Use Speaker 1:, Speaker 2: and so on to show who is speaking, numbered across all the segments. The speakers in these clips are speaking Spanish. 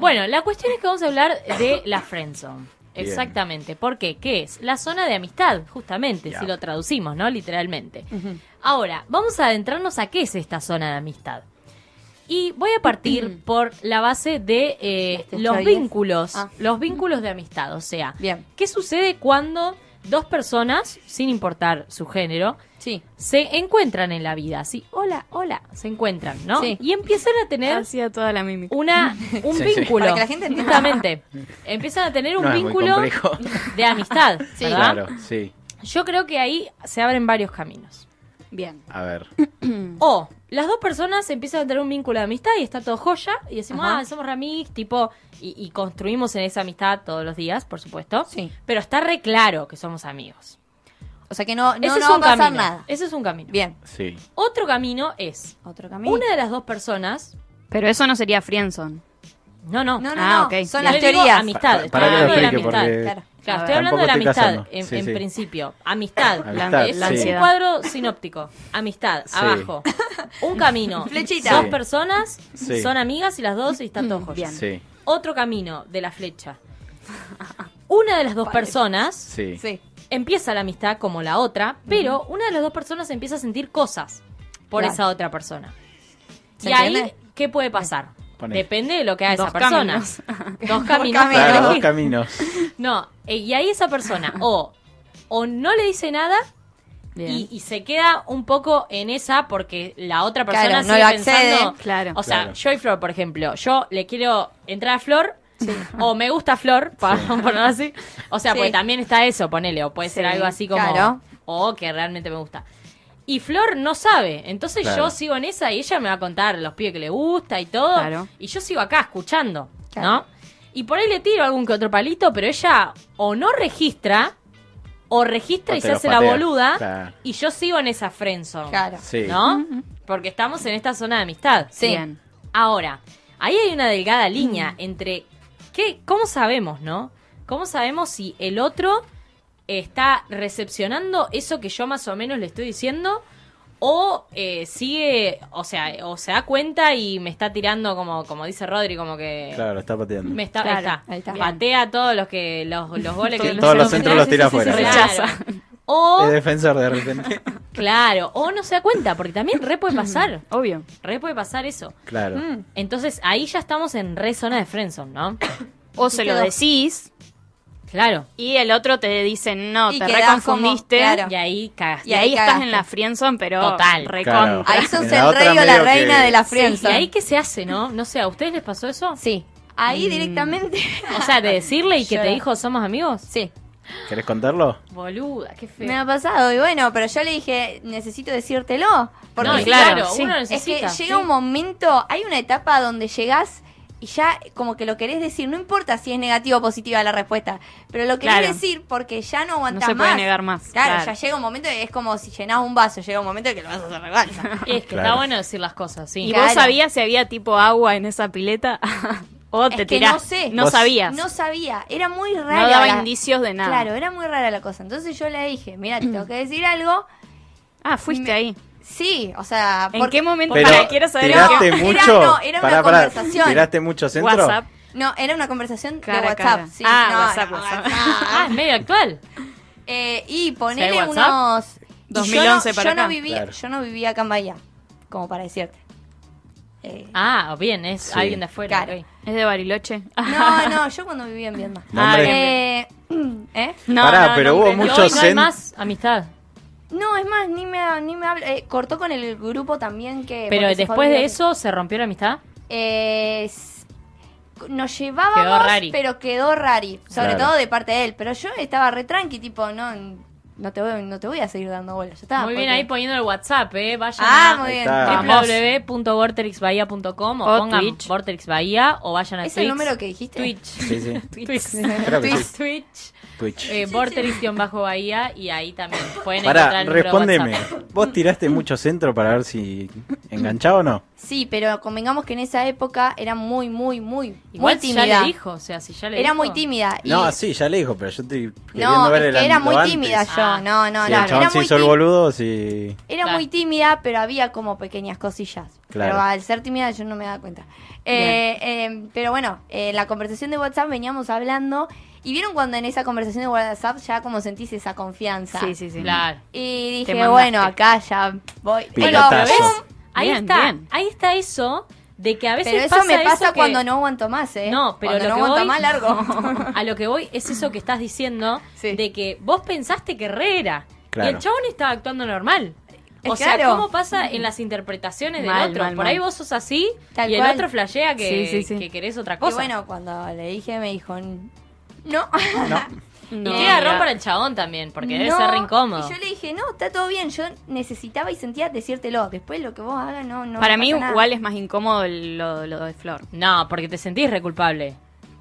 Speaker 1: Bueno, la cuestión es que vamos a hablar de la friendzone. Exactamente. ¿Por qué? ¿Qué es? La zona de amistad, justamente,
Speaker 2: Ya.
Speaker 1: si lo traducimos, ¿no? Literalmente. Ahora, vamos a adentrarnos a qué es esta zona de amistad. Y voy a partir por la base de eh,
Speaker 3: Este
Speaker 1: los
Speaker 3: está bien.
Speaker 1: vínculos,
Speaker 3: Ah.
Speaker 1: los vínculos de amistad. O sea,
Speaker 3: Bien.
Speaker 1: ¿qué sucede cuando dos personas, sin importar su género,
Speaker 3: Sí.
Speaker 1: se encuentran en la vida? Así, hola, hola, se encuentran, ¿no?
Speaker 3: Sí.
Speaker 1: Y empiezan a tener
Speaker 4: Hacía toda la mímica.
Speaker 1: una, un
Speaker 2: Sí, sí.
Speaker 1: vínculo.
Speaker 3: Para que la gente entienda.
Speaker 1: Justamente. Empiezan a tener un
Speaker 2: no es
Speaker 1: vínculo
Speaker 2: muy complejo.
Speaker 1: de amistad.
Speaker 3: Sí.
Speaker 1: ¿verdad?
Speaker 2: Claro, sí.
Speaker 1: Yo creo que ahí se abren varios caminos.
Speaker 3: Bien.
Speaker 2: A ver.
Speaker 1: O las dos personas empiezan a tener un vínculo de amistad y está todo joya y decimos,
Speaker 3: Ajá.
Speaker 1: ah, somos remix, tipo, y, y construimos en esa amistad todos los días, por supuesto.
Speaker 3: Sí.
Speaker 1: Pero está re claro que somos amigos.
Speaker 3: O sea que no, no,
Speaker 1: Ese es
Speaker 3: no va a
Speaker 1: un
Speaker 3: pasar
Speaker 1: camino.
Speaker 3: nada.
Speaker 1: Ese es un camino.
Speaker 3: Bien.
Speaker 2: Sí.
Speaker 1: Otro camino es,
Speaker 3: Otro camino.
Speaker 1: una de las dos personas,
Speaker 4: Pero eso no sería Friendson.
Speaker 1: no, no,
Speaker 3: No, no,
Speaker 4: Ah,
Speaker 3: no.
Speaker 4: ok.
Speaker 3: Son
Speaker 1: Yo
Speaker 3: las
Speaker 1: le digo
Speaker 3: teorías.
Speaker 1: amistad,
Speaker 2: Pa- para
Speaker 1: estoy
Speaker 2: que
Speaker 1: hablando
Speaker 2: lo
Speaker 1: de la
Speaker 2: explique,
Speaker 1: amistad.
Speaker 2: porque
Speaker 3: Claro.
Speaker 1: Claro,
Speaker 4: A
Speaker 1: estoy
Speaker 4: ver.
Speaker 1: hablando de la
Speaker 2: Tampoco estoy
Speaker 1: amistad,
Speaker 2: casando.
Speaker 1: en,
Speaker 2: Sí,
Speaker 1: en
Speaker 2: sí.
Speaker 1: principio. Amistad.
Speaker 2: Amistad,
Speaker 1: es un
Speaker 4: sí.
Speaker 1: cuadro sinóptico. Amistad,
Speaker 2: Sí.
Speaker 1: abajo. Un camino.
Speaker 3: Flechita.
Speaker 1: Dos
Speaker 2: Sí.
Speaker 1: personas
Speaker 2: Sí.
Speaker 1: son amigas y las dos y están todos joyas.
Speaker 3: Bien.
Speaker 2: Sí.
Speaker 1: Otro camino de la flecha. Una de las dos personas
Speaker 2: Sí.
Speaker 3: Sí.
Speaker 1: empieza la amistad como la otra, pero una de las dos personas empieza a sentir cosas por
Speaker 3: Claro.
Speaker 1: esa otra persona.
Speaker 3: ¿Se
Speaker 1: Y ahí,
Speaker 3: entiende?
Speaker 1: ¿qué puede pasar?
Speaker 2: Poné.
Speaker 1: Depende de lo que haga esa
Speaker 4: Dos
Speaker 1: persona.
Speaker 4: caminos.
Speaker 1: Dos caminos.
Speaker 3: caminos.
Speaker 2: Claro,
Speaker 3: Pero-
Speaker 2: dos caminos.
Speaker 1: No, eh, y ahí esa persona o, o no le dice nada y, y se queda un poco en esa porque la otra persona
Speaker 3: Claro, no
Speaker 1: sigue
Speaker 3: lo accede.
Speaker 1: pensando.
Speaker 4: Claro.
Speaker 1: O sea,
Speaker 2: Claro.
Speaker 1: yo y Flor, por ejemplo, yo le quiero entrar a Flor. O me gusta Flor, para ponerlo así. O sea,
Speaker 3: Sí.
Speaker 1: porque también está eso, ponele. O puede ser
Speaker 3: Sí,
Speaker 1: algo así como.
Speaker 3: claro.
Speaker 1: O que realmente me gusta. Y Flor no sabe. Entonces
Speaker 2: Claro.
Speaker 1: yo sigo en esa y ella me va a contar los pibes que le gusta y todo.
Speaker 4: Claro.
Speaker 1: Y yo sigo acá escuchando, ¿no?
Speaker 3: Claro.
Speaker 1: Y por ahí le tiro algún que otro palito, pero ella o no registra, o registra
Speaker 2: O
Speaker 1: y
Speaker 2: te
Speaker 1: se
Speaker 2: lo
Speaker 1: hace la
Speaker 2: patea.
Speaker 1: boluda,
Speaker 2: Claro.
Speaker 1: y yo sigo en esa friendzone,
Speaker 3: Claro.
Speaker 2: Sí.
Speaker 1: ¿no? Porque estamos en esta zona de amistad.
Speaker 3: Sí.
Speaker 4: Bien.
Speaker 1: Ahora, ahí hay una delgada línea entre qué, cómo sabemos, ¿no? ¿Cómo sabemos si el otro está recepcionando eso que yo más o menos le estoy diciendo? O eh, sigue, o sea, o se da cuenta y me está tirando como, como dice Rodri, como que
Speaker 2: Claro, está pateando.
Speaker 1: me está,
Speaker 4: Claro,
Speaker 1: ahí está.
Speaker 3: ahí está.
Speaker 1: patea todos los que los, los goles que
Speaker 2: Todos los centros los tira
Speaker 4: Sí, sí, sí,
Speaker 2: afuera. Eh.
Speaker 4: sí,
Speaker 1: Claro.
Speaker 4: rechaza.
Speaker 1: O
Speaker 2: Es defensor de repente.
Speaker 1: claro, o no se da cuenta, porque también re puede pasar,
Speaker 4: Obvio.
Speaker 1: re puede pasar eso.
Speaker 2: Claro.
Speaker 1: Mm. Entonces ahí ya estamos en re zona de friendzone, ¿no?
Speaker 4: O se lo
Speaker 3: Quedó.
Speaker 4: decís
Speaker 1: Claro.
Speaker 4: y el otro te dice, no,
Speaker 3: Y
Speaker 4: te
Speaker 3: quedás
Speaker 4: reconfundiste.
Speaker 3: como- claro.
Speaker 1: Y ahí cagaste.
Speaker 4: Y ahí
Speaker 3: ahí
Speaker 4: estás
Speaker 3: cagaste.
Speaker 4: en la Friendzone, pero
Speaker 1: Total.
Speaker 4: recontra.
Speaker 2: Claro.
Speaker 3: Ahí sos
Speaker 2: En la
Speaker 3: el
Speaker 2: otra
Speaker 3: rey o la
Speaker 2: medio
Speaker 3: reina
Speaker 2: que-
Speaker 3: de
Speaker 1: Sí,
Speaker 3: la
Speaker 1: ¿Y
Speaker 3: friendzone.
Speaker 1: ahí qué se hace, no? No sé, ¿a ustedes les pasó eso?
Speaker 3: Sí. Mm. Ahí directamente.
Speaker 1: O sea, de decirle y que
Speaker 3: Yo
Speaker 1: te
Speaker 3: no.
Speaker 1: dijo somos amigos.
Speaker 3: Sí.
Speaker 2: ¿Querés contarlo?
Speaker 1: Boluda, qué feo.
Speaker 3: Me ha pasado. Y bueno, pero yo le dije, necesito decírtelo. Porque
Speaker 1: no,
Speaker 3: si
Speaker 1: y claro,
Speaker 3: no,
Speaker 4: sí.
Speaker 1: uno
Speaker 3: Es
Speaker 1: necesita.
Speaker 3: que llega un momento, hay una etapa donde llegás y ya como que lo querés decir, no importa si es negativa o positiva la respuesta, pero lo querés
Speaker 4: Claro.
Speaker 3: decir porque ya no aguantás
Speaker 4: se
Speaker 3: más.
Speaker 4: puede negar más,
Speaker 3: Claro,
Speaker 4: claro.
Speaker 3: ya llega un momento, es como si llenás un vaso, llega un momento que lo vas a hacer rebalsa.
Speaker 1: Y es que está
Speaker 2: Claro.
Speaker 1: bueno decir las cosas, sí.
Speaker 4: ¿Y
Speaker 3: Claro.
Speaker 4: vos sabías si había tipo agua en esa pileta? o
Speaker 3: Es
Speaker 4: te
Speaker 3: que
Speaker 4: tirás.
Speaker 3: no sé.
Speaker 4: No
Speaker 2: Vos-
Speaker 4: sabías.
Speaker 3: No sabía, era muy raro.
Speaker 4: No daba indicios de nada.
Speaker 3: Claro, eh. era muy rara la cosa. Entonces yo le dije, mira, te tengo que decir algo.
Speaker 4: Ah, fuiste ahí.
Speaker 3: Sí, o sea,
Speaker 4: ¿En
Speaker 3: porque-
Speaker 4: qué momento?
Speaker 2: Pero
Speaker 4: Para, quiero saber. en
Speaker 2: tiraste
Speaker 4: qué-
Speaker 3: No, era-
Speaker 2: mucho.
Speaker 3: no, era una
Speaker 2: Pará, pará.
Speaker 3: conversación.
Speaker 2: Tiraste mucho centro.
Speaker 4: WhatsApp.
Speaker 3: No, era una conversación de
Speaker 4: Cara a
Speaker 3: WhatsApp.
Speaker 4: cara.
Speaker 3: sí,
Speaker 4: Ah,
Speaker 3: no,
Speaker 4: WhatsApp,
Speaker 3: no,
Speaker 4: WhatsApp.
Speaker 1: Ah, es medio actual.
Speaker 3: Eh, y ponele
Speaker 1: ¿Sí hay WhatsApp?
Speaker 3: unos. y
Speaker 4: 2011
Speaker 3: yo no,
Speaker 4: para
Speaker 3: yo no
Speaker 4: acá.
Speaker 3: vivía,
Speaker 2: Claro.
Speaker 3: yo no vivía acá en Bahía, como para decirte. Eh,
Speaker 1: Ah, bien, es
Speaker 2: Sí.
Speaker 1: alguien de afuera.
Speaker 3: Claro.
Speaker 1: ok.
Speaker 4: ¿Es de Bariloche?
Speaker 1: Ah.
Speaker 3: No, no, yo cuando vivía en Vietnam.
Speaker 2: Nombre.
Speaker 3: Eh, ¿eh?
Speaker 4: No,
Speaker 2: Pará,
Speaker 4: no,
Speaker 2: pero
Speaker 4: no,
Speaker 2: hubo
Speaker 4: pero-
Speaker 1: Y
Speaker 2: mucho
Speaker 1: hoy no hay
Speaker 2: cen-
Speaker 1: más amistad.
Speaker 3: No, es más, ni me, ni me habla. eh, cortó con el grupo también que.
Speaker 1: Pero
Speaker 3: porque se fue a
Speaker 1: después de
Speaker 3: vivir-
Speaker 1: eso, ¿se rompió la amistad?
Speaker 3: Eh, s- nos
Speaker 1: Quedó
Speaker 3: llevábamos,
Speaker 1: rari.
Speaker 3: pero quedó rari. Sobre
Speaker 2: Claro.
Speaker 3: todo de parte de él. Pero yo estaba re tranqui, tipo, no, no, te, voy, no te voy a seguir dando bolas. ya está,
Speaker 1: Muy bien
Speaker 3: Ah, porque-
Speaker 1: ahí poniendo el WhatsApp, ¿eh? Vayan
Speaker 3: Ah,
Speaker 1: a-
Speaker 3: muy bien.
Speaker 2: Ahí está.
Speaker 4: Vamos.
Speaker 1: www.vortexbahía.com o,
Speaker 4: O
Speaker 1: pongan
Speaker 4: Twitch.
Speaker 1: Vortex Bahía o vayan a
Speaker 3: ¿Es
Speaker 1: Twitch.
Speaker 3: el número que dijiste?
Speaker 1: Twitch.
Speaker 2: Sí, sí.
Speaker 1: Twitch.
Speaker 2: Creo que sí.
Speaker 1: Twitch.
Speaker 2: Twitch.
Speaker 1: Eh, Vortex-Bahía y ahí también pueden encontrar
Speaker 2: Pará,
Speaker 1: el número
Speaker 2: respóndeme.
Speaker 1: WhatsApp.
Speaker 2: ¿Vos tiraste mucho centro para ver si enganchaba o no?
Speaker 3: Sí, pero convengamos que en esa época era muy, muy, muy,
Speaker 1: Igual
Speaker 3: muy
Speaker 1: si ya le
Speaker 3: tímida.
Speaker 1: dijo, o sea, si ya le
Speaker 3: Era
Speaker 1: dijo.
Speaker 3: muy tímida. y-
Speaker 2: No, sí, ya le dijo, pero yo estoy queriendo
Speaker 3: no,
Speaker 2: ver
Speaker 3: es
Speaker 2: el
Speaker 3: que era
Speaker 2: ángulo
Speaker 3: muy
Speaker 2: antes.
Speaker 3: tímida yo.
Speaker 1: Ah.
Speaker 3: No, no,
Speaker 2: Si
Speaker 3: no.
Speaker 2: el chabón
Speaker 3: Era,
Speaker 2: se
Speaker 3: muy
Speaker 2: hizo el
Speaker 3: tí-
Speaker 2: boludo, si...
Speaker 3: era
Speaker 1: Claro.
Speaker 3: muy tímida, pero había como pequeñas cosillas.
Speaker 2: Claro.
Speaker 3: Pero al ser tímida yo no me daba cuenta. Eh, eh, pero bueno, eh, en la conversación de WhatsApp veníamos hablando y vieron cuando en esa conversación de WhatsApp ya como sentís esa confianza.
Speaker 4: Sí, sí, sí.
Speaker 1: Claro.
Speaker 3: Y
Speaker 4: Te
Speaker 3: dije,
Speaker 4: mandaste.
Speaker 3: bueno, acá ya voy. Pero,
Speaker 2: Pilotazo.
Speaker 3: pero
Speaker 1: Ahí
Speaker 4: Bien,
Speaker 1: está,
Speaker 4: bien.
Speaker 1: ahí está eso de que a veces
Speaker 3: eso
Speaker 1: pasa
Speaker 3: me pasa
Speaker 1: eso que-
Speaker 3: cuando no aguanto más, ¿eh?
Speaker 1: No, pero
Speaker 3: cuando
Speaker 1: lo
Speaker 3: no
Speaker 1: que
Speaker 3: aguanto
Speaker 1: voy-
Speaker 3: más largo.
Speaker 1: A lo que voy es eso que estás diciendo
Speaker 3: Sí.
Speaker 1: de que vos pensaste que re era
Speaker 2: Claro.
Speaker 1: y el chabón estaba actuando normal. O
Speaker 3: Eh,
Speaker 1: sea,
Speaker 3: claro.
Speaker 1: ¿cómo pasa en las interpretaciones del
Speaker 4: Mal,
Speaker 1: otro?
Speaker 4: mal,
Speaker 1: Por ahí
Speaker 4: mal.
Speaker 1: vos sos así
Speaker 3: Tal
Speaker 1: y el
Speaker 3: cual.
Speaker 1: otro flashea que,
Speaker 4: Sí, sí, sí.
Speaker 1: que querés otra
Speaker 3: Y
Speaker 1: cosa.
Speaker 3: bueno, cuando le dije me dijo, no.
Speaker 2: No.
Speaker 1: y qué garrón para el chabón también, porque debe
Speaker 3: eh, No.
Speaker 1: ser re incómodo.
Speaker 3: Y yo le dije, no, está todo bien. Yo necesitaba y sentía decírtelo. Después lo que vos hagas, no, no.
Speaker 4: Para
Speaker 3: no
Speaker 4: mí
Speaker 3: pasa nada.
Speaker 4: igual es más incómodo el- lo, lo de Flor.
Speaker 1: No, porque te sentís re culpable.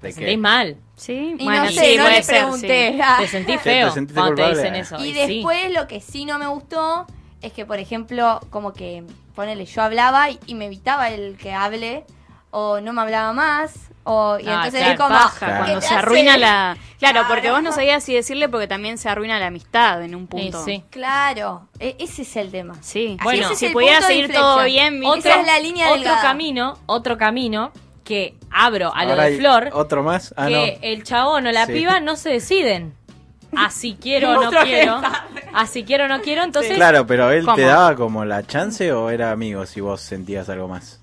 Speaker 1: Te
Speaker 2: ¿De qué?
Speaker 1: sentís mal.
Speaker 4: Sí,
Speaker 3: Y
Speaker 4: bueno,
Speaker 3: no sé,
Speaker 4: sí,
Speaker 3: no
Speaker 4: puede
Speaker 3: le
Speaker 4: ser,
Speaker 3: pregunté.
Speaker 4: sí.
Speaker 3: Ah.
Speaker 1: Te sentís
Speaker 2: te
Speaker 1: feo
Speaker 2: sentiste
Speaker 1: cuando te
Speaker 2: culpable.
Speaker 1: dicen eso.
Speaker 3: Y
Speaker 1: sí.
Speaker 3: después lo que sí no me gustó es que, por ejemplo, como que, ponele, yo hablaba y, y me evitaba el que hable, o no me hablaba más, o y
Speaker 1: Ah,
Speaker 3: entonces
Speaker 1: claro,
Speaker 3: es como...
Speaker 4: paja,
Speaker 2: Claro.
Speaker 4: cuando
Speaker 3: ¿qué
Speaker 4: se
Speaker 3: te hace?
Speaker 4: arruina la... Claro, porque
Speaker 3: Claro.
Speaker 4: vos no sabías si decirle porque también se arruina la amistad en un punto.
Speaker 1: Sí, sí.
Speaker 3: Claro, e- ese es el tema.
Speaker 4: Sí.
Speaker 1: Bueno,
Speaker 4: Bueno,
Speaker 1: ese es
Speaker 4: si
Speaker 3: el
Speaker 4: pudiera
Speaker 3: punto de
Speaker 4: seguir todo
Speaker 3: inflexión.
Speaker 4: bien, mi-
Speaker 3: Esa
Speaker 1: Otro-
Speaker 3: es la línea
Speaker 1: otro
Speaker 3: delgada.
Speaker 1: camino, otro camino que abro a lo
Speaker 2: Ahora
Speaker 1: de
Speaker 2: hay
Speaker 1: Flor,
Speaker 2: Otro más. Ah,
Speaker 1: que
Speaker 2: no.
Speaker 1: el chabón o la
Speaker 2: Sí.
Speaker 1: piba no se deciden. Así quiero o no
Speaker 3: Monstruo
Speaker 1: quiero. Así quiero o no quiero, entonces
Speaker 2: Claro, pero él
Speaker 4: ¿Cómo?
Speaker 2: te daba como la chance o era amigo si vos sentías algo más.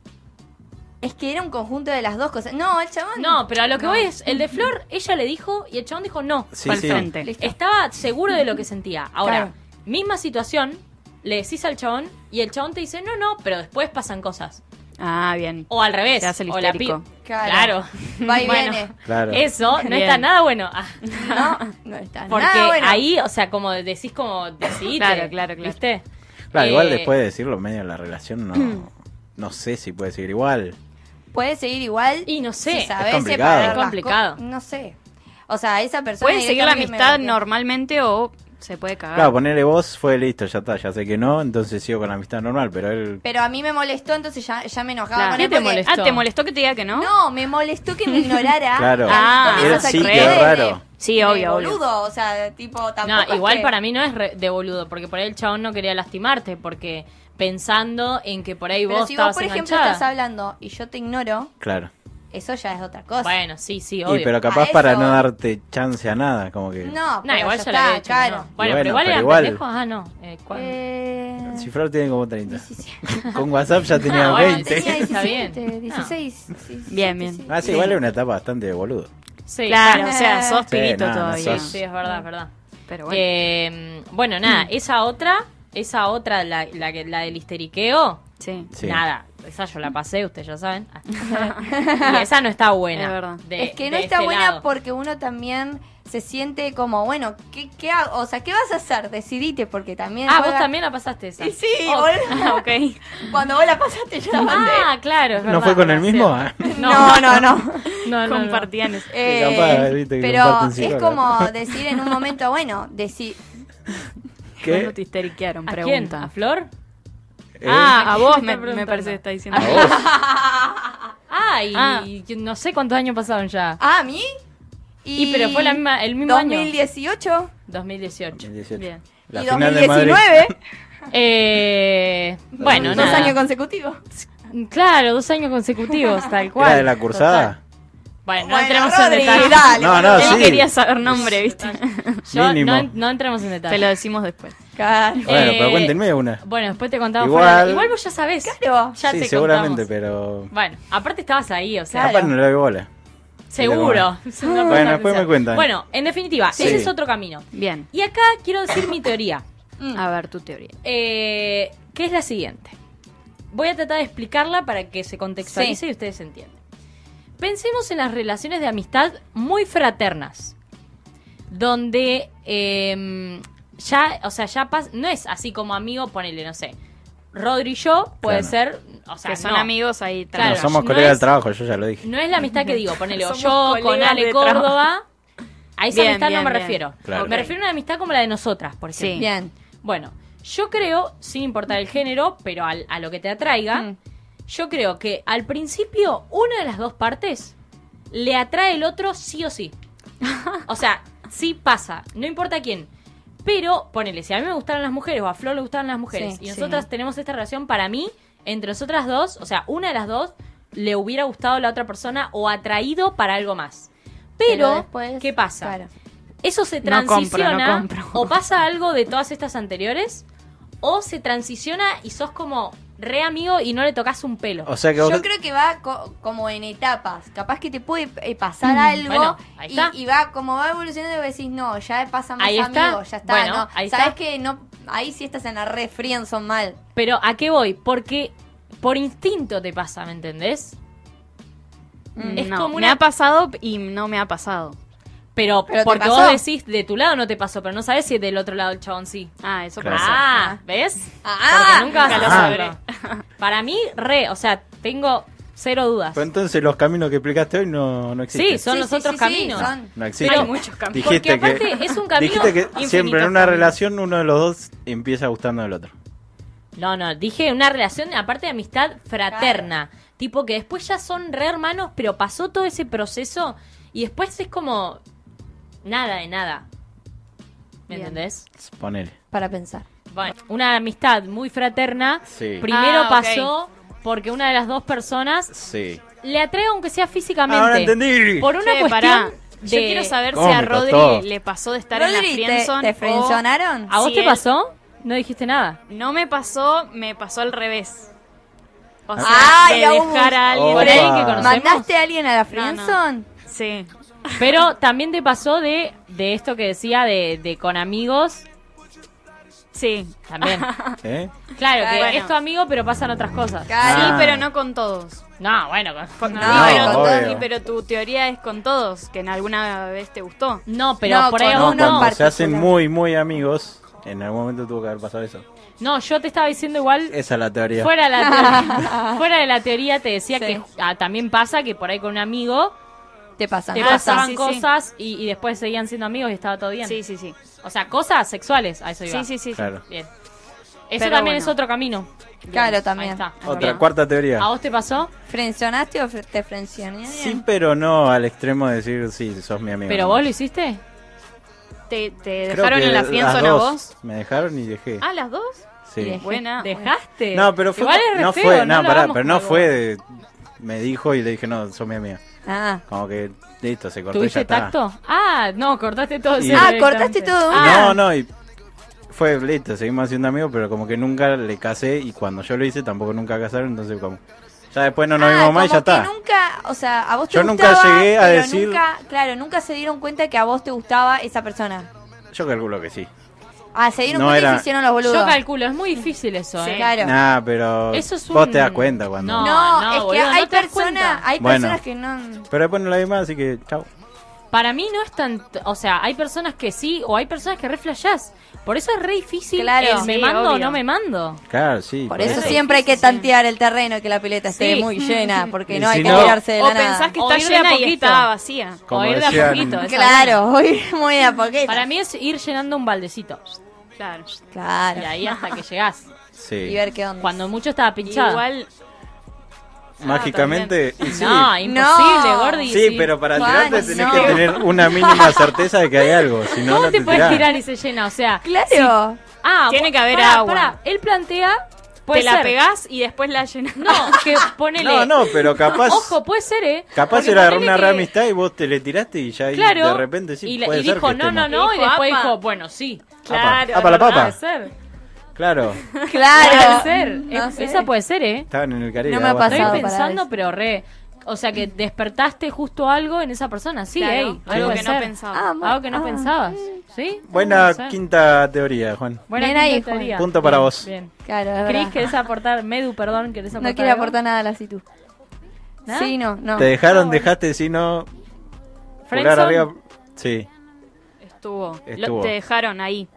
Speaker 3: Es que era un conjunto de las dos cosas. No, el chabón...
Speaker 1: No, pero a lo que voy es, el de Flor, ella le dijo y el chabón dijo no.
Speaker 2: Sí,
Speaker 4: Para el
Speaker 2: sí.
Speaker 4: frente.
Speaker 3: Listo.
Speaker 1: Estaba seguro de lo que sentía. Ahora,
Speaker 3: Claro.
Speaker 1: misma situación, le decís al chabón y el chabón te dice no, no, pero después pasan cosas.
Speaker 4: Ah, bien.
Speaker 1: O al revés.
Speaker 4: Se hace el
Speaker 1: o la
Speaker 4: histérico.
Speaker 1: pi- Claro.
Speaker 3: Claro. Va y
Speaker 1: Bueno.
Speaker 3: viene.
Speaker 2: Claro.
Speaker 1: Eso no
Speaker 4: Bien.
Speaker 1: está nada bueno. Ah,
Speaker 3: No, no está
Speaker 1: Porque
Speaker 3: nada bueno.
Speaker 1: ahí, o sea, como decís, como decidiste.
Speaker 4: Claro, claro, claro.
Speaker 1: ¿Viste?
Speaker 2: Claro, igual
Speaker 1: Eh,
Speaker 2: después de decirlo, medio la relación no, no sé si puede seguir igual.
Speaker 3: Puede seguir igual.
Speaker 1: Y no sé.
Speaker 3: si sabés
Speaker 2: Es complicado.
Speaker 3: separar
Speaker 2: Es
Speaker 3: las
Speaker 1: complicado.
Speaker 3: co- No sé. O sea, esa persona.
Speaker 4: Pueden seguir la
Speaker 3: directamente
Speaker 4: amistad
Speaker 3: me bloqueó.
Speaker 4: normalmente o se puede cagar.
Speaker 2: Claro, ponerle vos fue listo, ya está, ya sé que no, entonces sigo con la amistad normal, pero él...
Speaker 3: Pero a mí me molestó, entonces ya, ya me enojaba
Speaker 4: Claro.
Speaker 3: con
Speaker 1: ¿Qué
Speaker 3: él
Speaker 1: te
Speaker 3: porque-
Speaker 1: molestó?
Speaker 4: Ah, ¿te molestó que te diga que no?
Speaker 3: No, me molestó que me ignorara.
Speaker 2: Claro,
Speaker 4: Ah,
Speaker 3: Con
Speaker 2: él
Speaker 3: esas
Speaker 2: sí,
Speaker 4: quedó
Speaker 3: actitudes
Speaker 2: raro.
Speaker 3: de-
Speaker 4: Sí,
Speaker 3: de
Speaker 4: obvio, obvio.
Speaker 3: boludo, o sea, tipo tampoco.
Speaker 1: No,
Speaker 3: es
Speaker 1: igual
Speaker 3: que-
Speaker 1: para mí no es re- de boludo, porque por ahí el chabón no quería lastimarte, porque pensando en que por ahí
Speaker 3: Pero
Speaker 1: vos
Speaker 3: si vos,
Speaker 1: estabas
Speaker 3: por ejemplo,
Speaker 1: enganchada.
Speaker 3: estás hablando y yo te ignoro,
Speaker 2: Claro.
Speaker 3: eso ya es otra cosa.
Speaker 1: Bueno, sí, sí, obvio.
Speaker 2: Y pero capaz
Speaker 3: A
Speaker 2: para
Speaker 3: eso-
Speaker 2: no darte chance a nada, como que...
Speaker 3: No,
Speaker 1: No,
Speaker 3: Ah, pero
Speaker 1: igual
Speaker 3: ya
Speaker 1: ya lo había
Speaker 3: está,
Speaker 1: hecho.
Speaker 3: claro.
Speaker 1: no. Bueno,
Speaker 2: Bueno,
Speaker 1: pero igual
Speaker 2: pero
Speaker 1: eran
Speaker 2: igual.
Speaker 1: pendejos. Ah, no. Eh, ¿cuál?
Speaker 3: Eh,
Speaker 2: Si Flor tiene como 30.
Speaker 3: 17.
Speaker 2: Con WhatsApp ya tenía
Speaker 1: No, bueno,
Speaker 2: 20.
Speaker 1: tenía- Está bien.
Speaker 3: 17,
Speaker 1: No.
Speaker 3: 16. sí, 17,
Speaker 4: Bien, bien.
Speaker 3: sí.
Speaker 2: Ah, sí, igual era una etapa bastante de boludo.
Speaker 1: Sí,
Speaker 4: Claro,
Speaker 1: bueno,
Speaker 4: o sea, sos
Speaker 2: Sí,
Speaker 4: pibito
Speaker 2: no, no
Speaker 4: todavía.
Speaker 1: Sí, sí, es verdad, es verdad.
Speaker 4: Pero bueno.
Speaker 1: Eh, bueno, nada,
Speaker 3: Mm.
Speaker 1: esa otra, esa otra, la, la, que- la del histeriqueo,
Speaker 4: sí.
Speaker 2: Sí.
Speaker 1: nada, esa yo la pasé, ustedes ya saben. y esa no está buena.
Speaker 4: Es verdad.
Speaker 1: de-
Speaker 3: es que
Speaker 1: de
Speaker 3: no está
Speaker 1: este
Speaker 3: buena
Speaker 1: lado.
Speaker 3: porque uno también se siente como, bueno, ¿qué, qué hago? O sea, ¿qué vas a hacer? Decidite, porque también.
Speaker 1: Ah,
Speaker 3: juega-
Speaker 1: vos también la pasaste esa.
Speaker 3: Y sí,
Speaker 1: Oh,
Speaker 3: boludo.
Speaker 4: Ah, ok.
Speaker 3: Cuando vos la pasaste, yo la mandé.
Speaker 1: Ah, claro. es
Speaker 2: ¿No
Speaker 1: verdad,
Speaker 2: fue con el
Speaker 1: verdad,
Speaker 2: mismo?
Speaker 1: cierto.
Speaker 2: Ah,
Speaker 1: No.
Speaker 3: No, no, no.
Speaker 1: No, no, no.
Speaker 4: Compartían eso.
Speaker 3: Eh,
Speaker 2: capaz, viste, que
Speaker 3: pero
Speaker 2: comparten
Speaker 3: es
Speaker 2: psicólogo.
Speaker 3: como decir en un momento, bueno, decir.
Speaker 4: ¿Qué?
Speaker 2: ¿Qué?
Speaker 4: te histeriquearon?
Speaker 1: ¿A quién?
Speaker 4: Pregunta.
Speaker 1: ¿A Flor?
Speaker 2: ¿Eh?
Speaker 4: Ah, a
Speaker 1: quién
Speaker 4: vos
Speaker 1: me
Speaker 4: me,
Speaker 1: está
Speaker 4: me parece
Speaker 1: preguntando?
Speaker 4: que está diciendo.
Speaker 2: ¿A vos?
Speaker 1: Ah, y
Speaker 4: Ah.
Speaker 1: y no sé cuántos años pasaron ya.
Speaker 3: ¿A mí? Y,
Speaker 1: Y pero fue la misma- el mismo año.
Speaker 3: 2018
Speaker 1: 2018.
Speaker 2: 18.
Speaker 4: Bien.
Speaker 2: La
Speaker 3: y
Speaker 2: final de Madrid.
Speaker 3: 2019.
Speaker 1: Eh, bueno,
Speaker 3: dos
Speaker 1: nada.
Speaker 3: años consecutivos.
Speaker 1: Claro, dos años consecutivos, tal cual.
Speaker 2: ¿Era de la cursada?
Speaker 1: Bueno, no
Speaker 3: Bueno,
Speaker 1: entremos
Speaker 3: Rodri,
Speaker 1: en detalle.
Speaker 3: dale,
Speaker 2: No, no,
Speaker 4: Él
Speaker 3: boludo.
Speaker 2: sí.
Speaker 4: quería saber nombre, ¿viste?
Speaker 1: Yo
Speaker 2: Mínimo.
Speaker 1: no, no entremos en detalle.
Speaker 4: Te lo decimos después.
Speaker 3: Claro.
Speaker 2: Bueno, pero
Speaker 1: Eh,
Speaker 2: cuéntenme una.
Speaker 1: Bueno, después te contamos.
Speaker 2: Igual-
Speaker 1: fuera de- Igual vos ya sabés.
Speaker 3: Claro.
Speaker 1: Ya
Speaker 2: sí,
Speaker 1: te contamos.
Speaker 2: seguramente, pero...
Speaker 1: Bueno, aparte estabas ahí, o sea.
Speaker 3: Claro.
Speaker 2: Capaz no le doy bola.
Speaker 1: Seguro. No prestás
Speaker 2: Bueno, después me
Speaker 1: atención.
Speaker 2: cuentan.
Speaker 1: Bueno, en definitiva,
Speaker 2: Sí.
Speaker 1: ese es otro camino.
Speaker 4: Bien.
Speaker 1: Y acá quiero decir mi teoría,
Speaker 3: Mm.
Speaker 4: A ver tu teoría.
Speaker 1: eh, que es la siguiente. Voy a tratar de explicarla para que se contextualice
Speaker 3: Sí.
Speaker 1: y ustedes entiendan. Pensemos en las relaciones de amistad muy fraternas, donde eh, ya, o sea, ya pas- no es así como amigo, ponele, no sé, Rodri y yo, puede
Speaker 2: Claro.
Speaker 1: ser, o sea,
Speaker 4: que son
Speaker 1: no.
Speaker 4: amigos ahí
Speaker 1: Claro,
Speaker 2: no somos
Speaker 1: no
Speaker 2: colegas
Speaker 1: es-
Speaker 2: del trabajo, yo ya lo dije.
Speaker 1: No es la amistad que digo, ponele, o
Speaker 4: Somos
Speaker 1: yo con
Speaker 4: colegas
Speaker 1: Ale
Speaker 4: de trabajo.
Speaker 1: Córdoba. A esa
Speaker 4: Bien,
Speaker 1: amistad no
Speaker 4: bien,
Speaker 1: me
Speaker 4: bien.
Speaker 1: refiero.
Speaker 2: Claro.
Speaker 1: Me
Speaker 2: Ok.
Speaker 1: refiero a una amistad como la de nosotras, por
Speaker 4: Sí.
Speaker 1: ejemplo.
Speaker 3: Bien.
Speaker 1: Bueno, yo creo, sin importar el género, pero al- a lo que te atraiga,
Speaker 3: Mm.
Speaker 1: yo creo que al principio una de las dos partes le atrae el otro sí o sí. O sea, sí pasa, no importa quién. Pero, ponele, si a mí me gustaron las mujeres o a Flor le gustaron las mujeres
Speaker 3: Sí,
Speaker 1: y
Speaker 4: sí.
Speaker 1: nosotras tenemos esta relación, para mí entre nosotras dos, o sea, una de las dos, le hubiera gustado a la otra persona o atraído para algo más. Pero,
Speaker 3: después,
Speaker 1: ¿qué pasa?
Speaker 3: claro.
Speaker 1: Eso se
Speaker 4: No compro, no
Speaker 1: transiciona
Speaker 4: compro.
Speaker 1: o pasa algo de todas estas anteriores o se transiciona y sos como re amigo y no le tocas un pelo.
Speaker 2: O sea que vos-
Speaker 3: Yo creo que va co- como en etapas. Capaz que te puede eh, pasar algo
Speaker 1: Bueno, ahí está.
Speaker 3: y, y va como va evolucionando y vos decís, no, ya pasa más
Speaker 1: Ahí está.
Speaker 3: amigo, ya está.
Speaker 1: Bueno,
Speaker 3: no.
Speaker 1: ahí
Speaker 3: Sabés
Speaker 1: está.
Speaker 3: que no, ahí sí estás en la re son mal.
Speaker 1: Pero ¿a qué voy? Porque por instinto te pasa, ¿me entendés?
Speaker 3: Mm.
Speaker 1: Es
Speaker 4: Mm, no,
Speaker 1: como
Speaker 4: me
Speaker 1: una-
Speaker 4: ha pasado y no me ha pasado.
Speaker 1: Pero,
Speaker 3: Pero te
Speaker 1: porque
Speaker 3: pasó.
Speaker 1: vos decís de tu lado no te pasó, pero no sabes si del otro lado el chabón sí.
Speaker 4: Ah, eso
Speaker 2: Claro.
Speaker 4: pasa.
Speaker 1: Ah, ¿ves?
Speaker 3: Ah,
Speaker 1: porque nunca vas
Speaker 2: nunca
Speaker 1: a
Speaker 2: lo
Speaker 1: saberlo. Para mí, re, o sea, tengo cero dudas.
Speaker 2: Pero entonces los caminos que explicaste hoy no, no
Speaker 1: Sí,
Speaker 2: existen.
Speaker 1: son los otros caminos.
Speaker 3: son-
Speaker 2: No existen.
Speaker 1: Pero-
Speaker 4: Hay muchos cambios.
Speaker 1: Porque aparte es un camino
Speaker 2: dijiste que
Speaker 1: infinito
Speaker 2: siempre en una
Speaker 1: también.
Speaker 2: relación uno de los dos empieza gustando del otro.
Speaker 1: No, no, dije una relación aparte de amistad fraterna. Tipo que después ya son re hermanos, pero pasó todo ese proceso y después es como nada de nada. ¿Me
Speaker 4: Bien.
Speaker 1: entendés?
Speaker 2: Ponele.
Speaker 3: Para pensar.
Speaker 1: Bueno, una amistad muy fraterna.
Speaker 2: Sí.
Speaker 1: Primero
Speaker 4: Ah, ok.
Speaker 1: pasó porque una de las dos personas
Speaker 2: Sí.
Speaker 1: le atrae aunque sea físicamente.
Speaker 2: Ahora entendí.
Speaker 1: Por una
Speaker 4: Che,
Speaker 1: cuestión
Speaker 4: pará. Yo
Speaker 1: de-
Speaker 4: quiero saber
Speaker 2: ¿Cómo
Speaker 4: si a
Speaker 2: me
Speaker 4: Rodri
Speaker 2: costó?
Speaker 4: le pasó de estar
Speaker 3: Rodri,
Speaker 4: en la
Speaker 3: ¿te,
Speaker 4: friendzone
Speaker 3: te
Speaker 4: o-
Speaker 3: frenzonaron?
Speaker 1: ¿A vos
Speaker 4: si
Speaker 1: te
Speaker 4: él-
Speaker 1: pasó? No dijiste nada.
Speaker 4: No me pasó, me pasó al revés.
Speaker 2: Ah.
Speaker 4: O sea,
Speaker 3: Ay,
Speaker 4: de
Speaker 3: Agus.
Speaker 4: dejar a alguien,
Speaker 2: Opa.
Speaker 4: por alguien que
Speaker 2: ¿Hacemos?
Speaker 3: ¿Mandaste a alguien a la friendzone?
Speaker 4: Sí.
Speaker 1: Pero también te pasó de, de esto que decía de, de con amigos.
Speaker 4: Sí.
Speaker 1: También.
Speaker 2: ¿Eh?
Speaker 1: Claro, que
Speaker 4: Bueno.
Speaker 1: es tu amigo, pero pasan otras cosas.
Speaker 3: Claro.
Speaker 4: Sí,
Speaker 2: Ah.
Speaker 4: pero no con todos.
Speaker 1: No, bueno. con-
Speaker 3: No,
Speaker 4: Sí, pero,
Speaker 2: con
Speaker 4: sí,
Speaker 2: todos.
Speaker 4: pero tu teoría es con todos, que en alguna vez te gustó.
Speaker 1: No, pero
Speaker 3: No,
Speaker 1: por ahí
Speaker 3: con
Speaker 1: uno.
Speaker 2: No,
Speaker 3: uno en
Speaker 2: cuando se
Speaker 3: particular.
Speaker 2: hacen muy, muy amigos, en algún momento tuvo que haber pasado eso.
Speaker 1: No, yo te estaba diciendo igual.
Speaker 2: Esa es la teoría.
Speaker 1: Fuera, la teoría- fuera de la teoría te decía
Speaker 3: Sí.
Speaker 1: que ah, también pasa que por ahí con un amigo
Speaker 3: Te pasan.
Speaker 1: te
Speaker 4: Ah,
Speaker 1: pasaban
Speaker 4: sí, sí, sí.
Speaker 1: cosas y, y después seguían siendo amigos y estaba todo bien.
Speaker 4: Sí, sí, sí.
Speaker 1: O sea, cosas sexuales, a eso iba.
Speaker 4: Sí, sí, sí. sí.
Speaker 2: Claro.
Speaker 1: Bien. Eso
Speaker 4: Pero
Speaker 1: también
Speaker 4: bueno.
Speaker 1: es otro camino.
Speaker 3: Claro,
Speaker 1: Ahí
Speaker 3: también.
Speaker 1: está.
Speaker 2: Otra,
Speaker 1: Bien.
Speaker 2: cuarta teoría.
Speaker 1: ¿A vos te pasó?
Speaker 3: ¿Frencionaste o fre- te frencioné?
Speaker 2: Sí, pero no al extremo de decir, sí, sos mi amigo.
Speaker 1: ¿Pero vos lo hiciste?
Speaker 4: ¿Te, te
Speaker 2: Creo
Speaker 4: dejaron
Speaker 2: que
Speaker 4: en la
Speaker 2: las
Speaker 4: friendzone a
Speaker 2: dos.
Speaker 4: vos?
Speaker 2: Me dejaron y dejé.
Speaker 4: Ah, las dos.
Speaker 2: sí.
Speaker 3: bien.
Speaker 4: Buena.
Speaker 1: ¿Dejaste?
Speaker 2: No, pero fue.
Speaker 1: Igual es re
Speaker 2: no
Speaker 1: feo,
Speaker 2: fue, no,
Speaker 1: lo
Speaker 2: pará,
Speaker 1: hagamos
Speaker 2: pero no
Speaker 1: como-
Speaker 2: fue. de- me dijo y le dije, no, sos mi amiga.
Speaker 3: Ah.
Speaker 2: Como que, listo, se cortó y ya
Speaker 1: ¿Tuviste
Speaker 2: está.
Speaker 1: tacto? Ah, no, cortaste todo.
Speaker 2: Y-
Speaker 1: eso
Speaker 3: Ah,
Speaker 1: directamente.
Speaker 3: cortaste todo.
Speaker 2: No, no, y fue listo, seguimos siendo amigos, pero como que nunca le casé y cuando yo lo hice tampoco nunca casaron, entonces como... Ya después no nos
Speaker 3: Ah,
Speaker 2: vimos más y
Speaker 3: como
Speaker 2: ya
Speaker 3: que
Speaker 2: está.
Speaker 3: nunca, o sea, a vos te
Speaker 2: Yo nunca
Speaker 3: gustaba,
Speaker 2: llegué a
Speaker 3: pero
Speaker 2: decir-
Speaker 3: nunca- claro, nunca se dieron cuenta que a vos te gustaba esa persona.
Speaker 2: Yo calculo que sí.
Speaker 3: Ah, se dieron
Speaker 2: No
Speaker 3: cuenta y
Speaker 2: era-
Speaker 3: se hicieron los boludos.
Speaker 1: Yo calculo, es muy difícil eso,
Speaker 4: Sí.
Speaker 1: ¿eh?
Speaker 3: Claro.
Speaker 2: Nah, pero
Speaker 1: Eso es
Speaker 2: vos
Speaker 1: un-
Speaker 2: te das cuenta cuando...
Speaker 1: No,
Speaker 3: No,
Speaker 1: no,
Speaker 3: es que
Speaker 1: boludo,
Speaker 3: hay
Speaker 1: no te das
Speaker 3: personas,
Speaker 1: cuenta.
Speaker 3: hay
Speaker 2: Bueno.
Speaker 3: personas que no.
Speaker 2: Pero después no la vi más, así que chao.
Speaker 1: Para mí no es tan... O sea, hay personas que sí o hay personas que re flashás. Por eso es re difícil
Speaker 3: Claro.
Speaker 1: el me
Speaker 4: Sí,
Speaker 1: mando o
Speaker 4: obvio.
Speaker 1: no me mando.
Speaker 2: Claro, sí.
Speaker 3: Por eso
Speaker 1: eso.
Speaker 3: siempre hay que tantear el terreno y que la pileta esté
Speaker 1: Sí.
Speaker 3: muy llena, porque
Speaker 2: Y
Speaker 3: no
Speaker 2: si
Speaker 3: hay que
Speaker 2: no-
Speaker 3: tirarse de
Speaker 4: o
Speaker 3: la nada.
Speaker 4: pensás que
Speaker 1: O
Speaker 4: está
Speaker 1: ir de a
Speaker 4: llena y
Speaker 1: poquito.
Speaker 4: está vacía.
Speaker 2: Como
Speaker 1: o ir de a
Speaker 2: decían-
Speaker 1: poquito. esa
Speaker 3: Claro, voy muy de a poquito.
Speaker 1: buena. Para mí es ir llenando un baldecito.
Speaker 4: Claro.
Speaker 1: Y
Speaker 3: Claro.
Speaker 1: ahí hasta que llegás.
Speaker 3: Y
Speaker 2: Sí.
Speaker 3: ver qué onda.
Speaker 1: Cuando mucho estaba pinchado.
Speaker 4: Igual.
Speaker 2: Mágicamente... y sí.
Speaker 1: Ah, No, imposible,
Speaker 3: No.
Speaker 1: Gordi.
Speaker 2: Sí, pero para
Speaker 3: Juan,
Speaker 2: tirarte tenés
Speaker 3: no.
Speaker 2: que tener una mínima certeza de que hay algo, si no,
Speaker 1: ¿Cómo
Speaker 2: no
Speaker 1: te,
Speaker 2: te
Speaker 1: puedes
Speaker 2: tirás.
Speaker 1: tirar y se llena? O sea...
Speaker 3: Claro.
Speaker 1: Ah,
Speaker 4: Tiene
Speaker 1: vos-
Speaker 4: que haber
Speaker 1: pará,
Speaker 4: agua.
Speaker 1: pará, Él plantea...
Speaker 4: Te
Speaker 1: puede
Speaker 4: la
Speaker 1: ser.
Speaker 4: pegás y después la llenas.
Speaker 1: No, que ponele...
Speaker 2: No, no, pero capaz...
Speaker 1: Ojo, puede ser, ¿eh?
Speaker 2: Capaz
Speaker 1: Porque
Speaker 2: era
Speaker 1: ponele
Speaker 2: una
Speaker 1: que-
Speaker 2: real amistad y vos te le tiraste y ya ahí
Speaker 1: Claro.
Speaker 2: de repente sí
Speaker 1: y, la-
Speaker 2: puede
Speaker 1: y
Speaker 2: ser
Speaker 1: dijo,
Speaker 2: que
Speaker 1: no,
Speaker 2: estemos. Ah.
Speaker 1: no, no. Y
Speaker 4: Dijo,
Speaker 1: después
Speaker 4: "Apa".
Speaker 1: dijo, bueno, sí.
Speaker 4: Claro.
Speaker 2: Apa la
Speaker 4: es verdad.
Speaker 2: papa.
Speaker 1: Puede ser.
Speaker 2: Claro,
Speaker 1: Puede
Speaker 3: Claro.
Speaker 1: ser.
Speaker 3: No
Speaker 1: Es-
Speaker 3: sé.
Speaker 1: Esa puede ser, ¿eh?
Speaker 2: estaban en el Caribe.
Speaker 3: No me ha
Speaker 2: aguas
Speaker 3: pasado.
Speaker 1: Estoy
Speaker 2: arriba.
Speaker 3: para
Speaker 1: pensando,
Speaker 3: eso.
Speaker 1: pero re. O sea, que despertaste justo algo en esa persona. Sí,
Speaker 4: Claro,
Speaker 1: ey,
Speaker 4: algo
Speaker 1: puede
Speaker 4: que no
Speaker 1: ser.
Speaker 4: pensaba.
Speaker 3: Ah,
Speaker 1: Algo que no
Speaker 3: ah.
Speaker 1: pensabas. ¿Sí?
Speaker 2: Buena
Speaker 1: Puede ser.
Speaker 2: quinta teoría, Juan.
Speaker 1: Buena
Speaker 3: Bien ahí,
Speaker 1: quinta
Speaker 3: Juan.
Speaker 1: teoría.
Speaker 2: Punto para
Speaker 1: Bien,
Speaker 2: vos.
Speaker 1: Bien.
Speaker 3: Claro, es
Speaker 1: Cris,
Speaker 3: verdad.
Speaker 1: ¿querés aportar? Medu, perdón, ¿querés aportar?
Speaker 3: No quiere
Speaker 1: algo?
Speaker 3: aportar nada a la situ.
Speaker 1: ¿Nada?
Speaker 3: Sí, no, no.
Speaker 2: Te dejaron, dejaste, si no.
Speaker 1: Friendzone.
Speaker 2: pulgar arriba. Sí.
Speaker 4: Estuvo. Lo-
Speaker 2: Estuvo.
Speaker 4: te dejaron ahí.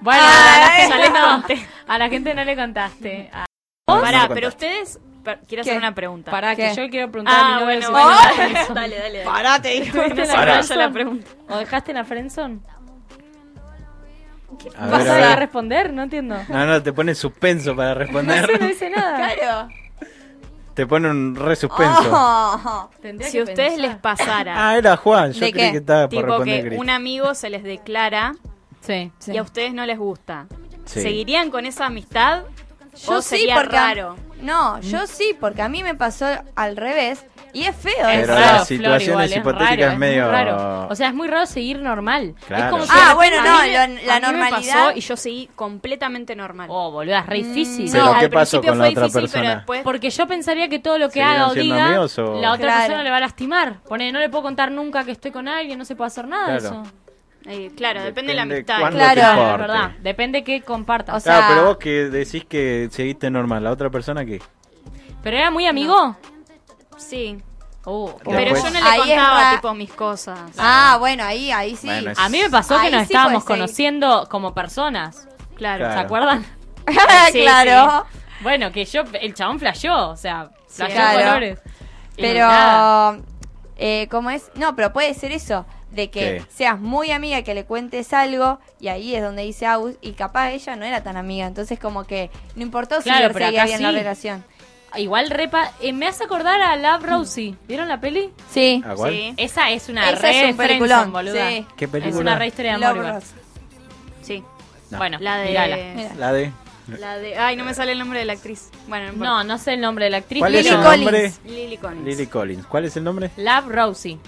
Speaker 1: Bueno,
Speaker 4: Ay,
Speaker 1: a, la gente
Speaker 4: no.
Speaker 1: no, a la gente no le contaste. Ah,
Speaker 2: No, no
Speaker 4: Pará,
Speaker 2: lo
Speaker 4: pero
Speaker 2: contaste.
Speaker 4: ustedes. per- quiero
Speaker 3: ¿Qué?
Speaker 4: hacer una pregunta.
Speaker 1: Pará, que
Speaker 3: ¿Qué?
Speaker 1: yo quiero preguntar a
Speaker 4: Ah,
Speaker 1: mi novio
Speaker 4: bueno,
Speaker 1: si
Speaker 4: bueno.
Speaker 1: me-
Speaker 4: dale, dale. dale.
Speaker 3: Pará, te digo.
Speaker 1: ¿Tuviste
Speaker 4: No
Speaker 1: la
Speaker 4: sé, pará,
Speaker 1: friendzone?
Speaker 4: yo la pregunta.
Speaker 1: ¿O dejaste en la friendzone?
Speaker 2: A
Speaker 1: ¿Vas
Speaker 2: ver,
Speaker 1: a,
Speaker 2: a ver.
Speaker 1: responder? No entiendo.
Speaker 2: No, no, te pone suspenso para
Speaker 1: No sé, no
Speaker 2: responder.
Speaker 1: dice nada.
Speaker 3: Claro.
Speaker 2: te pone un re suspenso.
Speaker 3: Oh.
Speaker 1: Tendría
Speaker 4: Si
Speaker 1: que
Speaker 4: a ustedes
Speaker 1: pensar.
Speaker 4: les pasara,
Speaker 2: Ah, era Juan. Yo
Speaker 3: ¿De
Speaker 2: creí
Speaker 3: qué?
Speaker 2: que estaba por
Speaker 4: tipo
Speaker 2: responder
Speaker 4: que
Speaker 2: Cris.
Speaker 4: un amigo se les declara
Speaker 1: Sí.
Speaker 4: y a ustedes no les gusta,
Speaker 2: Sí.
Speaker 4: ¿seguirían con esa amistad
Speaker 3: Oh,
Speaker 4: O sería
Speaker 3: a-
Speaker 4: raro.
Speaker 3: No, yo sí, porque a mí me pasó al revés y es feo.
Speaker 1: Es
Speaker 2: Pero
Speaker 3: eso.
Speaker 1: raro,
Speaker 2: las
Speaker 1: Flor,
Speaker 2: situaciones
Speaker 1: igual, es
Speaker 2: hipotéticas
Speaker 1: raro,
Speaker 2: es medio-
Speaker 1: muy raro. O sea, es muy raro seguir normal.
Speaker 2: Claro.
Speaker 1: Es como si
Speaker 3: Ah,
Speaker 1: de
Speaker 3: bueno,
Speaker 1: repente-
Speaker 3: no,
Speaker 1: a mí me-
Speaker 3: lo- la
Speaker 4: A mí me
Speaker 3: normalidad-
Speaker 4: pasó y yo seguí completamente normal.
Speaker 1: Oh, boludo, es re difícil.
Speaker 2: Pero
Speaker 4: al
Speaker 2: ¿qué pasó
Speaker 4: principio
Speaker 2: con la
Speaker 4: fue
Speaker 2: otra
Speaker 4: difícil,
Speaker 2: persona?
Speaker 4: Pero después
Speaker 1: pues, Porque yo pensaría que todo lo que
Speaker 2: ¿Seguirán
Speaker 1: haga o
Speaker 2: siendo
Speaker 1: diga,
Speaker 2: amigos o-
Speaker 1: la otra
Speaker 3: Claro.
Speaker 1: persona le va a lastimar. Pone, no le puedo contar nunca que estoy con alguien, no se puede hacer nada de
Speaker 2: Claro.
Speaker 1: eso.
Speaker 4: Eh, claro, depende, de la
Speaker 2: Depende
Speaker 4: amistad.
Speaker 2: cuándo
Speaker 3: Claro.
Speaker 2: te
Speaker 3: Claro,
Speaker 1: Es
Speaker 2: corte.
Speaker 1: verdad, depende que compartas.
Speaker 3: O sea-
Speaker 2: Claro, pero vos que decís que seguiste normal, la otra persona que
Speaker 1: ¿Pero era muy amigo?
Speaker 4: Sí.
Speaker 1: Uh,
Speaker 4: Pero
Speaker 2: Después-
Speaker 4: yo no
Speaker 3: Ahí
Speaker 4: le
Speaker 3: es
Speaker 4: contaba,
Speaker 3: ra-
Speaker 4: tipo, mis cosas.
Speaker 3: Ah, bueno, ahí, ahí sí.
Speaker 2: Bueno, es-
Speaker 1: A mí me pasó que
Speaker 3: Ahí
Speaker 1: nos
Speaker 3: sí
Speaker 1: estábamos
Speaker 3: puede ser.
Speaker 1: conociendo como personas.
Speaker 4: Claro.
Speaker 1: ¿Se
Speaker 2: Claro.
Speaker 1: acuerdan?
Speaker 4: Sí,
Speaker 3: claro.
Speaker 1: Bueno, que yo, el chabón flasheó, o sea, flasheó
Speaker 3: Claro.
Speaker 1: colores. Y nada.
Speaker 3: Pero, eh, ¿cómo es? No, pero puede ser eso, de que
Speaker 2: ¿Qué?
Speaker 3: seas muy amiga, que le cuentes algo, y ahí es donde dice Agus, y capaz ella no era tan amiga, entonces como que no importó si
Speaker 1: Claro,
Speaker 3: yo
Speaker 1: pero
Speaker 3: seguía
Speaker 1: acá
Speaker 3: bien la
Speaker 1: sí.
Speaker 3: relación.
Speaker 1: Igual repa, eh, me hace acordar a Love Rosie. ¿Vieron la peli?
Speaker 3: Sí.
Speaker 2: ¿A cuál?
Speaker 4: Sí,
Speaker 1: Esa es una
Speaker 3: Esa
Speaker 1: re
Speaker 3: es un
Speaker 1: friendzone,
Speaker 3: peliculón,
Speaker 1: boluda.
Speaker 3: sí.
Speaker 2: ¿Qué
Speaker 1: Es
Speaker 2: película?
Speaker 1: una re historia de amor.
Speaker 3: Love
Speaker 1: igual.
Speaker 3: Rose.
Speaker 4: sí.
Speaker 2: No.
Speaker 1: Bueno,
Speaker 4: La de...
Speaker 1: mirala.
Speaker 3: Mira.
Speaker 2: La de
Speaker 4: La de... Ay, no me sale el nombre de la actriz. Bueno, importa.
Speaker 1: No, no sé el nombre de la actriz.
Speaker 2: ¿Cuál
Speaker 1: pero
Speaker 2: es el
Speaker 3: Collins.
Speaker 2: nombre?
Speaker 4: Lily Collins.
Speaker 2: Lily Collins. ¿Cuál es el nombre?
Speaker 1: Love Rosie.